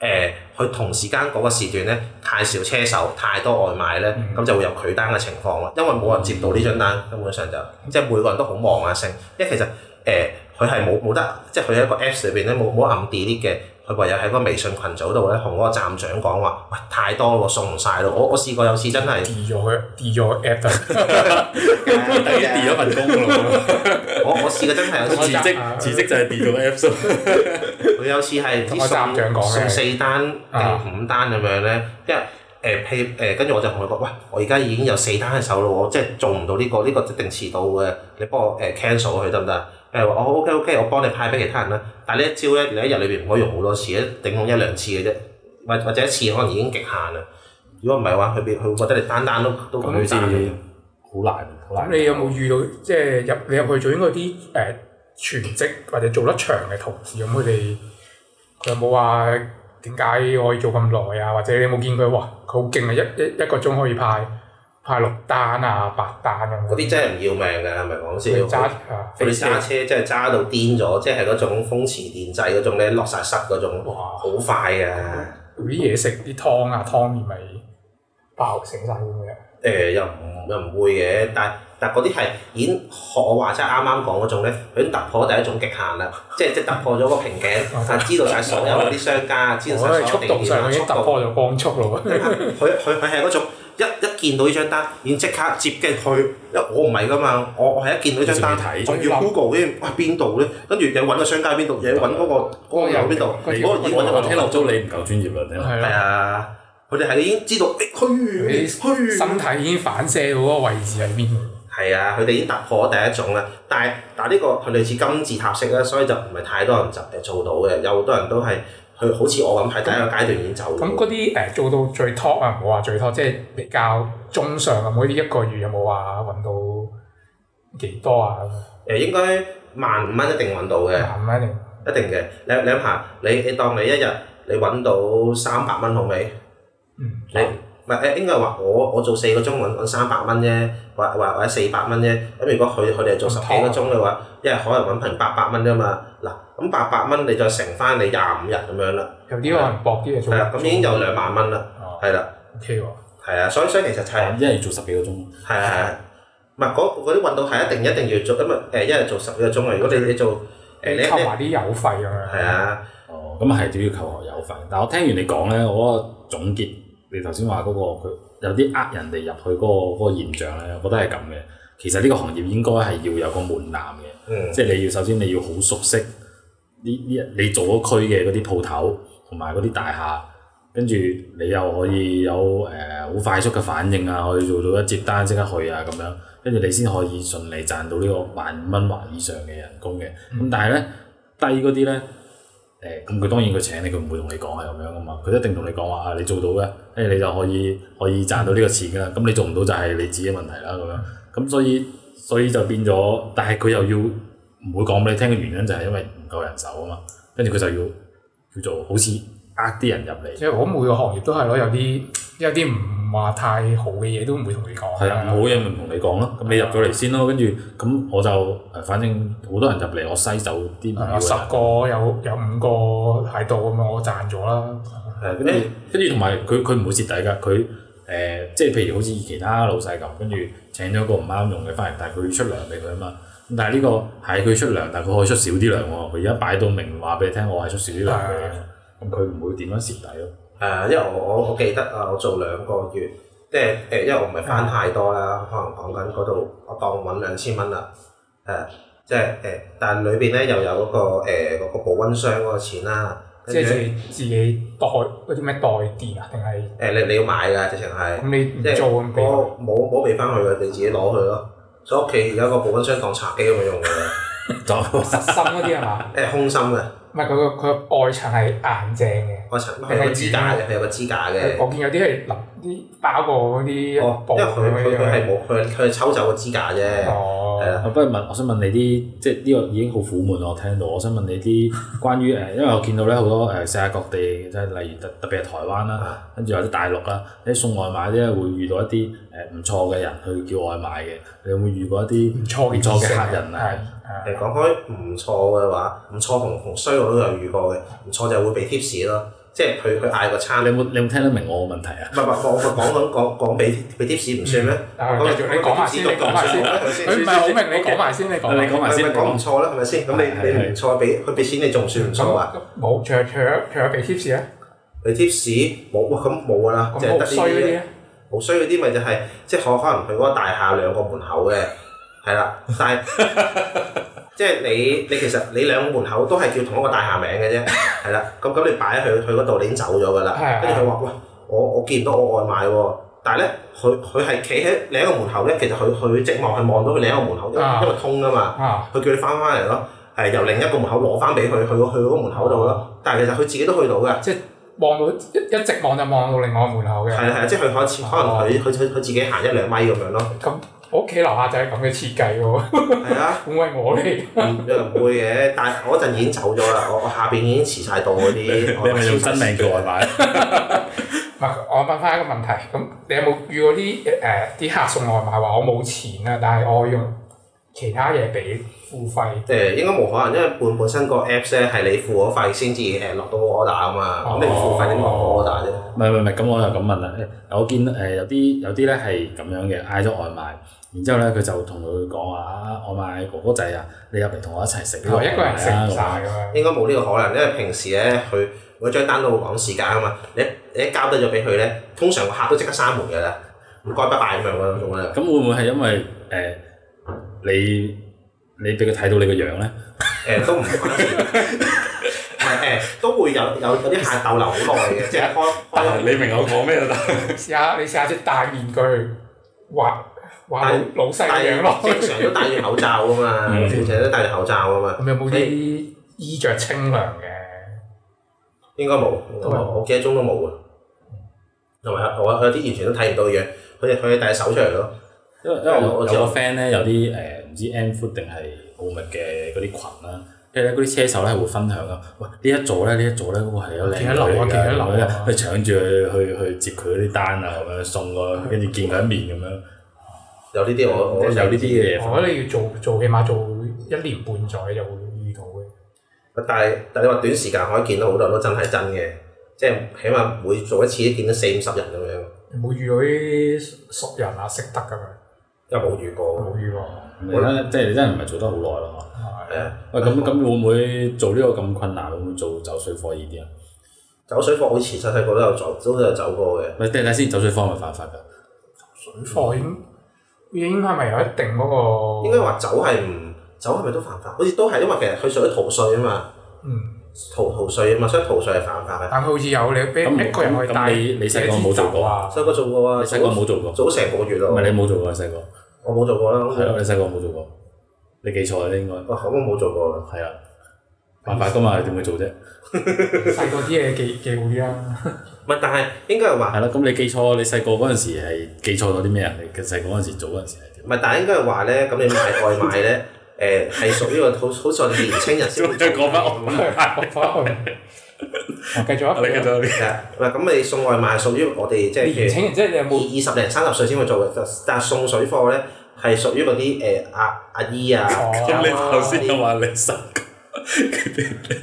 誒，佢、同時間嗰個時段咧，太少車手，太多外賣咧，咁、就會有拒單嘅情況咯。因為冇人接到呢張單，根本上就即係每個人都好忙啊，成。因為其實誒，佢係冇冇得，即係佢喺一個 Apps 裏邊咧冇冇暗 delete 嘅，佢唯有喺個微信群組度咧，同嗰個站長講話，喂，太多喎，送唔晒咯。我我試過有次 真係。
跌咗佢，跌咗個 app 得。
已經咗份工咯，
我我試過 真係有次
辭職辭
職就係跌咗個 Apps
佢有次係唔知
同我站長
送
講嘅啊
送四單定五單咁樣咧，因為誒譬誒跟住我就同佢講，喂，我而家已經有四單喺手咯喎，即係做唔到呢個，呢個一定遲到嘅，你幫我誒 cancel 佢得唔得啊？誒話我 OK OK，我幫你派俾其他人啦。但係呢一招咧，你一日裏邊唔可以用好多次，頂籠一兩次嘅啫，或或者一次可能已經極限啦。如果唔係嘅話，佢變佢會覺得你單單都都
咁
咁
好似
單嘅。
好難，好難。
咁你有冇遇到即係入你入去做應該啲誒、呃全職或者做得長嘅同事咁佢哋佢有冇話點解我可以做咁耐啊？或者你有冇見佢哇佢好勁啊！一一一個鐘可以派派六單啊八單咁樣
嗰啲真係唔要命㗎，係咪講
佢
笑？
揸啊
佢哋揸車真係揸到癲咗，即係嗰種風馳電掣嗰種咧，落晒塞嗰種，
哇！嗯
好快啊㗎。
啲嘢食啲湯啊湯麵咪爆醒晒咁樣。
誒、又唔又唔會嘅，但係但嗰啲係已經學我話齋啱啱講嗰種咧，佢已經突破第一種極限啦，即係即係突破咗個瓶頸，但係知道晒所有嗰啲商家，知道
哦我
晒
喺速
所有
度
地點啊
上
啦，
已經
速
突
度，
破咗光速咯啊喎。
佢佢佢係嗰種一一見到呢張單，已經即刻接嘅佢，因為我唔係㗎嘛，我我係一見到呢張單，
仲
要睇
仲要 Google 添，哇邊度咧？跟住又揾個商家喺邊度，又要揾嗰個嗰個友邊度，
你
嗰個已經揾咗
我
個
聽落都你唔夠專業啦，聽落。
係
係
啦，
啊，佢哋係已經知道，誒虛虛
身體已經反射到嗰個位置喺邊。
係啊，佢哋已經突破咗第一種啦。但係但係呢個佢類似金字塔式啦，所以就唔係太多人就誒做到嘅。有好多人都係佢好似我咁喺第一個階段已經走咗。
咁嗰啲誒做到最 top 啊，唔好話最 top，即係比較中上咁嗰啲，一個月有冇話揾啊到幾多啊？
誒應該萬五蚊一定揾到嘅，
萬蚊定
一定嘅。你你諗下，你你當你一日你揾到三百蚊好未？
嗯，
你唔係誒應該係話我我做四個鐘揾揾三百蚊啫，或或或者四百蚊啫。咁如果佢佢哋係做十幾個鐘嘅話，一日可能揾平八百蚊啫嘛。嗱，咁八百蚊你再乘翻你廿五日咁樣啦，
有啲可能薄啲嘅做。
係啊啦，咁已經有兩萬蚊啦。
哦
係啦，
，OK 喎。
係啊，所以所以其實就係
一日要做十幾個鐘。
係係係，唔係嗰嗰啲運動係一定一定要做，因為誒一日做十幾個鐘啊。如果你你做誒你
你
你
扣埋啲油費咁樣。
係。啊，
哦，咁係都要求學有份。但我聽完你講咧，我嗰個總結，你頭先話嗰個佢有啲呃人哋入去嗰、個嗰、個現象咧，我覺得係咁嘅。其實呢個行業應該係要有個門檻嘅，
嗯
即係你要首先你要好熟悉呢呢你做嗰區嘅嗰啲鋪頭同埋嗰啲大廈，跟住你又可以有誒好、快速嘅反應啊，可以做到一接單即刻去啊咁樣，跟住你先可以順利賺到呢個萬五蚊或以上嘅人工嘅。咁、但係咧低嗰啲咧。誒咁佢當然佢請你，佢唔會同你講係咁樣噶嘛，佢一定同你講話啊，你做到嘅，誒、你就可以可以賺到呢個錢㗎啦。咁你做唔到就係你自己問題啦咁樣。咁所以所以就變咗，但係佢又要唔會講俾你聽嘅原因就係因為唔夠人手啊嘛。跟住佢就要叫做好似呃啲人入嚟，
即係我每個行業都係咯，有啲有啲唔話太好嘅嘢都唔會同你講。
係啊，冇嘢咪唔同你講咯。咁你入咗嚟先咯，跟住咁我就誒，反正好多人入嚟，我篩走啲唔
係
要
啊，
嘅
十
人
個有有五個喺度咁樣，我賺咗啦。
係跟住跟住同埋佢佢唔會蝕底㗎，佢誒、呃即係譬如好似其他老細咁，跟住請咗個唔啱用嘅翻嚟，但係佢要出糧俾佢啊嘛。咁但係呢個係佢出糧，但係佢可以出少啲糧喎。佢而家擺到明話俾你聽，我係出少啲糧嘅
係，
咁佢唔會點樣蝕底咯。
誒，呃因為我我我記得啊，我做兩個月，即係呃誒，因為我唔係翻太多啦，可能講緊嗰度我當揾兩千蚊啦，誒，即係誒，但係裏邊咧又有嗰個誒嗰個保温箱嗰個錢啦，
即
跟
係
住
自
誒
己自己代嗰啲咩代電啊，定係
呃你你要買㗎，直情係。
咁你唔
即係
做咁俾佢
我冇冇俾翻佢嘅，你自己攞去咯。所以屋企而家個保温箱當茶幾咁樣用嘅，
就
實心嗰啲係嘛？
誒空心嘅，
唔係佢個佢個外層係硬正嘅，
我層佢有個支架嘅，佢有個支架嘅。
我見有啲係淋啲包過嗰啲
哦，
布
因為
咁
佢佢
樣
佢係
樣。
冇佢佢係抽走個支架啫，
哦，
係啊，
我不如問，我想問你啲，即係呢個已經好苦悶啦我聽到。我想問 你啲關於誒，因為我見到咧好多誒世界各地，即係例如特特別係台灣啦，
啊
跟住或者大陸啦，你送外賣咧會遇到一啲誒唔錯嘅人去叫外賣嘅，你有冇遇過一啲
唔錯嘅
唔錯嘅客人啊？
係
誒講開唔錯嘅話，唔錯同同衰我都有遇過嘅，唔錯就會俾 tips 咯，即係佢佢嗌個
啊
餐，
你
唔
有冇你有冇聽得明我嘅問題啊？
係唔係我我講緊講講俾俾 tips 唔算咩？
啊繼續你講埋先你講埋先佢唔係好明，你講埋先，你講
你講埋
係
先，
咪
你
講
講
唔錯啦？係咪先？咁
係
你
係
你唔錯，俾佢俾錢你仲唔算唔錯啊？
咁冇，除除除咗俾 tips 啊，
你 tips 冇哇咁冇㗎啦，
咁
淨係
好
得
衰嗰
呢
啲
啲
咧，
好衰嗰啲咪就係即係可可能佢嗰個大廈兩個門口嘅，係啦，但係即係你你其實你兩個門口都係叫同一個大廈名嘅啫，係啦，咁咁你擺喺佢佢嗰度你已經走咗㗎啦
係，啊
跟住佢話喂我我見唔到我外賣喎，但係咧，佢佢係企喺另一個門口咧，其實佢佢直望係望到佢另一個門口，因為
啊
因為通㗎嘛。
啊，
佢叫你翻翻嚟咯，係由另一個門口攞翻俾佢，去嗰去嗰個門口度
啊
咯。但係其實佢自己都去到嘅，
望到一一直望就望到另外一個門口嘅。
係啊係啊，即係佢可以可能佢佢佢佢自己行一兩米咁樣 咯。
咁我屋企樓下就係咁嘅設計喎，
係啊，
會唔會係我嚟？
唔又唔會嘅，但係我嗰陣已經走咗啦，我我下邊已經遲晒到嗰啲。
你你係咪用真名叫外賣？
唔係，我問翻一個問題，咁你有冇遇過啲誒啲客送外賣話我冇錢啊，但係我用其他嘢俾付費？
誒應該冇可能，因為本本身個 apps 咧係你付咗費先至誒落到 order 啊嘛，
哦
咁你唔付費點落到 order 啫？
唔係唔係唔係，咁我又咁問啦。誒我見誒、有啲有啲咧係咁樣嘅，嗌咗外賣，然之後咧佢就同佢講話啊，外賣哥哥仔啊，你入嚟同我一齊食呢個
我
外
哦一個人食
賣
唔
啊咁
晒
樣。
咁樣。
應該冇呢個可能，因為平時咧佢嗰張單都會講時間啊嘛，你你一交低咗俾佢咧，通常個客都即刻閂門㗎啦，唔該拜拜咁樣嗰種啦。
咁會唔會係因為誒、你你俾佢睇到你個樣咧？
誒呃都唔關事， 唔係誒呃都會有有有啲客逗留好耐嘅，即係開開咗
啊你明我講咩啦？
試下你試下隻戴面具畫畫
戴
老老細
戴
嘅樣咯。
正常都戴住口罩啊嘛，
嗯
正常都戴住口罩啊嘛，
咁有冇啲衣着清涼嘅？
應該冇，
都
都
冇
冇，我記得中都冇啊。同埋我有啲完全都睇唔到嘅，佢哋佢哋帶手出嚟咯，
因為因為我
我
有
知
個 friend 咧有啲誒唔知 M Food 定係奧密嘅嗰啲群啊啦，跟住咧嗰啲車手咧會分享啊，喂呢一組咧呢一組咧嗰個係有靚
幾多樓啊
女嚟
幾多樓
㗎，
啊
咁樣去搶住去去去接佢嗰啲單啊咁樣送過去，跟住見佢一面咁樣，
有呢啲我我
嗯有呢啲嘅嘢
我
分
覺得你要做做起碼做一年半載就會遇到嘅。
但係但係你話短時間可以見到好多人都真係真嘅，即係起碼每做一次都見到四五十人咁樣，
有冇遇到啲熟人啊識得咁樣？
又冇遇過。
嗯
冇遇過。
你咧即係你真係唔係做得好耐咯。
係
誒，
喂，啊咁咁會唔會做呢個咁困難？會唔會做走水貨易啲啊？
走水貨好似細細個都有走，都有走過嘅。
喂，等等先，走水貨係咪犯法㗎？
水貨已經應該係咪有一定嗰
哦
個？
應該話走係唔走係咪都犯法？好似都係因為其實佢屬於逃稅啊嘛，
嗯，
逃逃稅啊嘛，所以逃稅係犯法嘅。
但佢好似有你俾
咁唔
一個人可以
咁
帶
你你細個冇做過
啊？
細個做過啊，
你細個冇做過？
早成個月
唔
咯
係，你冇做過，啊細個
我冇做過啦。
係咯，你細個冇做過，你記錯啦應該。
哇，咁我冇做過啦。
係啊，犯法噶嘛，你點會做啫？
細個啲嘢記啊記好啲啦。
唔係，但係應該係話，
係啦，咁你記錯，你細個嗰陣時係記錯咗啲咩啊？你其實細個嗰陣時做嗰陣時係點
唔？係，但係應該係話咧，咁你買外賣咧， 誒係屬於個好好似我哋年青 人先會做
講翻 我
我翻去，我繼續啊。
繼
係啊唔係咁你送外賣屬於我哋即係
你年
譬
青人即係你有
如
冇？
二二十零三十歲先會做嘅，就但係送水貨咧係屬於嗰啲誒阿阿姨啊，
哦
咁你
啊
頭先又話你細個，你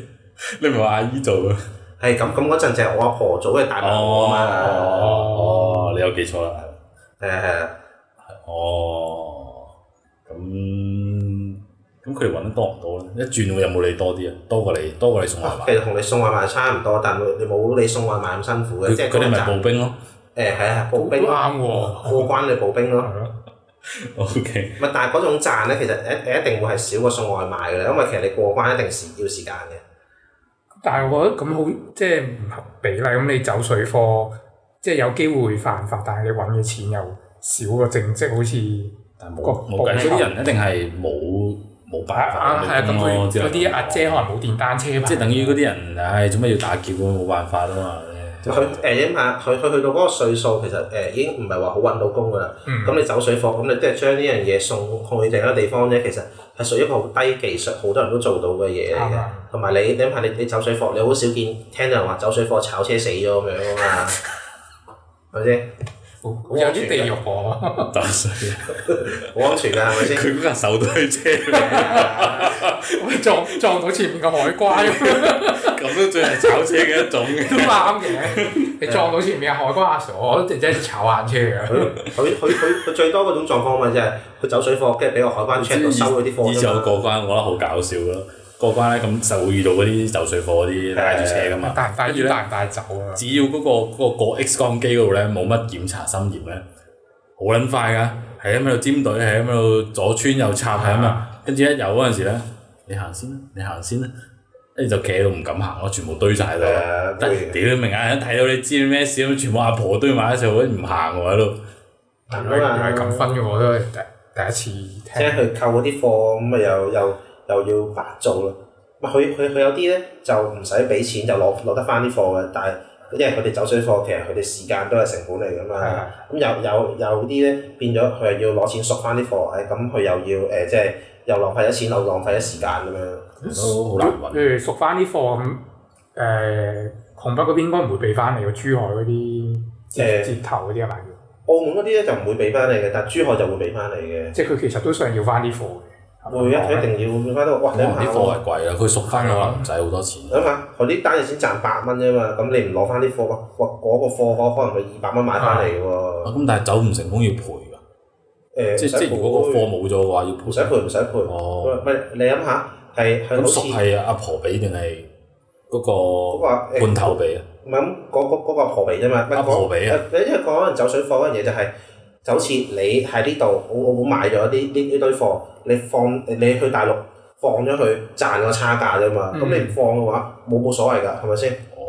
你咪話阿姨做啊？
係咁咁嗰陣就係我阿婆做嘅大伯啊嘛，
哦，你又記錯啦。
係啊係啊
哦，咁咁佢哋揾得多唔多咧？一轉會有冇你多啲啊？多過你，多過你送外
其
賣。
實同你送外賣差唔多，但係你冇你送外賣咁辛苦
佢
嘅，即係
佢哋咪
嗰陣
步兵咯。
誒係啊步
都
兵
啱
咯
喎。
過關你步兵咯。
係咯
O K，
唔係，但係嗰種賺咧，其實一一定會係少過送外賣嘅啦，因為其實你過關一定時要時間嘅。
但係我覺得咁好，即係唔合比例。咁你走水貨，即係有機會犯法，但係你揾嘅錢又少個正職，好似。
但係冇
個
冇計，
步兵
嗰啲人一定係冇冇辦
啊
法嗯
係啊，咁佢嗰啲阿姐可能冇電單車牌，
哦即係等於嗰啲人，唉，做咩要打劫啊？冇辦法啊嘛。即
佢
係
誒因為佢佢去到嗰個歲數，其實誒、已經唔係話好揾到工㗎啦。
嗯
咁、你走水貨，咁你即係將呢樣嘢送去另一個地方啫，其實係屬於一個好低技術，好多人都做到嘅嘢嚟
啱
嘅。
啊。
同埋你你諗下，你你走水貨，你好少見聽到人話走水貨炒車死咗咁樣㗎嘛，係咪先？
好好有啲地獄喎，
打水，
好安全㗎，係咪先？
佢嗰架手推車，
撞撞到前面個海關咁
咁都最係炒車嘅一種
都
嘅。
啱嘅。你撞到前面嘅海關阿 Sir，我都真係炒眼車
佢
嘅。
佢佢佢佢最多嗰種狀況咪就係佢走水貨，跟住俾個海關 check 到收咗啲貨
以前我
啫嘛。
過關，我覺得好搞笑咯。過關咧，咁就會遇到嗰啲走水貨嗰啲拉住車噶嘛。
帶唔帶
跟住
煙，
咧，
帶唔帶酒啊？
只要嗰個嗰個過 X 光機嗰度咧冇乜檢查心驗咧，好撚快噶，係咁喺度尖隊，係咁喺
啊
度左穿右插，係咁啊！跟住一有嗰陣時咧，你行先啦，你行先啦，跟住就企喺度唔敢行咯，全部堆晒喺度。
誒
但
會
屌明眼人睇到你知咩事咁，全部阿婆堆埋一齊，我都唔行喎喺度。
但係原來係咁分嘅喎，都係第第一次
即係
聽。
佢扣嗰啲貨，咁咪又又又要白做啦。咪佢佢佢有啲咧就唔使俾錢就攞攞得翻啲貨嘅，但係因為佢哋走水貨，其實佢哋時間都係成本嚟㗎
係
嘛。
啊
咁有有有啲咧變咗佢係要攞錢贖翻啲貨，誒咁佢又要誒、呃即係又浪費咗錢，又浪費咗時間咁樣。
都好難揾
譬如熟翻啲貨咁，誒紅北嗰邊應該唔會俾翻你喎，珠海嗰啲折
誒
折頭嗰啲係咪？
澳門嗰啲咧就唔會俾翻你嘅，但係珠海就會俾翻你嘅。
即係佢其實都想要翻啲貨嘅。
會啊，佢一定要俾翻到。哇！
可
你
能
諗
啲
下
貨啊
喎，
係貴啦，佢熟翻可
啊
能唔使好多錢。啊
諗下佢啲單嘢先賺八蚊啫嘛，咁你唔攞翻啲貨，哇！嗰個貨可可能佢二百蚊買翻嚟嘅喎。
啊咁但係走唔成功要賠㗎，
誒
即
唔使
即如果個
賠
貨冇咗嘅話要
唔使
賠。
賠唔使賠，
哦
唔係你諗下係係好
咁
似
熟係阿婆俾定係嗰
嗰個
個
誒
罐頭俾啊？
唔係咁嗰嗰嗰個阿婆俾啫嘛，唔係
阿婆
嗰
俾啊
因為講緊走水貨嗰樣嘢就係就好似你喺呢度澳澳門買咗呢呢呢堆貨，你放你去大陸放咗佢賺個差價啫嘛，咁
嗯
你唔放嘅話冇冇所謂㗎，係咪先？
哦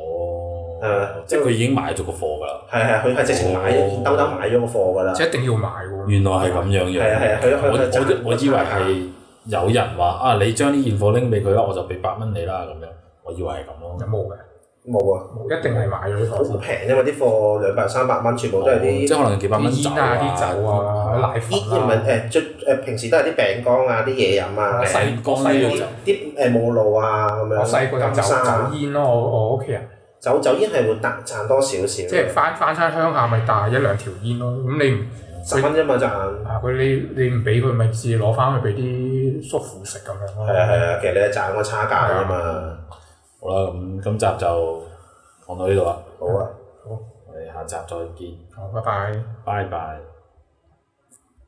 誒，
即係佢已經買咗個貨㗎啦。
係啊係，佢係直情買
哦
兜兜買咗個貨㗎啦
即，係一定要買喎。
原來係咁樣樣。
係啊係啊佢佢佢賺
我我我以為
佢賺
係有人話啊，你將啲現貨拎俾佢啦，我就俾八蚊你啦咁樣。我以為係咁咯
有。冇嘅？
冇啊，
冇，一定係買咗啲
好
貨先。
平啫嘛啲貨兩百三百蚊，全部都係
哦即
啲。
係可能幾百蚊
啲煙啊、啲酒啊、奶
依啲
粉
唔
啊，
係誒最誒平時都係啲餅乾啊、啲嘢飲啊、
細
洗乾呢個就
啲誒冇路啊咁樣，
我細個就走
金沙
走
啊
煙咯，我我屋企人
走走煙係會賺賺多少少，
即係翻翻親鄉下咪帶一兩條煙咯。咁你唔
十蚊啫嘛賺。
啊佢你你唔俾佢咪自己攞翻去俾啲叔父食咁樣咯。
係啊係啊，其實你係賺個差價啫
啊
嘛。
好啦，咁今集就講到呢度啦，
好啊。
我哋下集再見，
好，拜拜。
拜拜。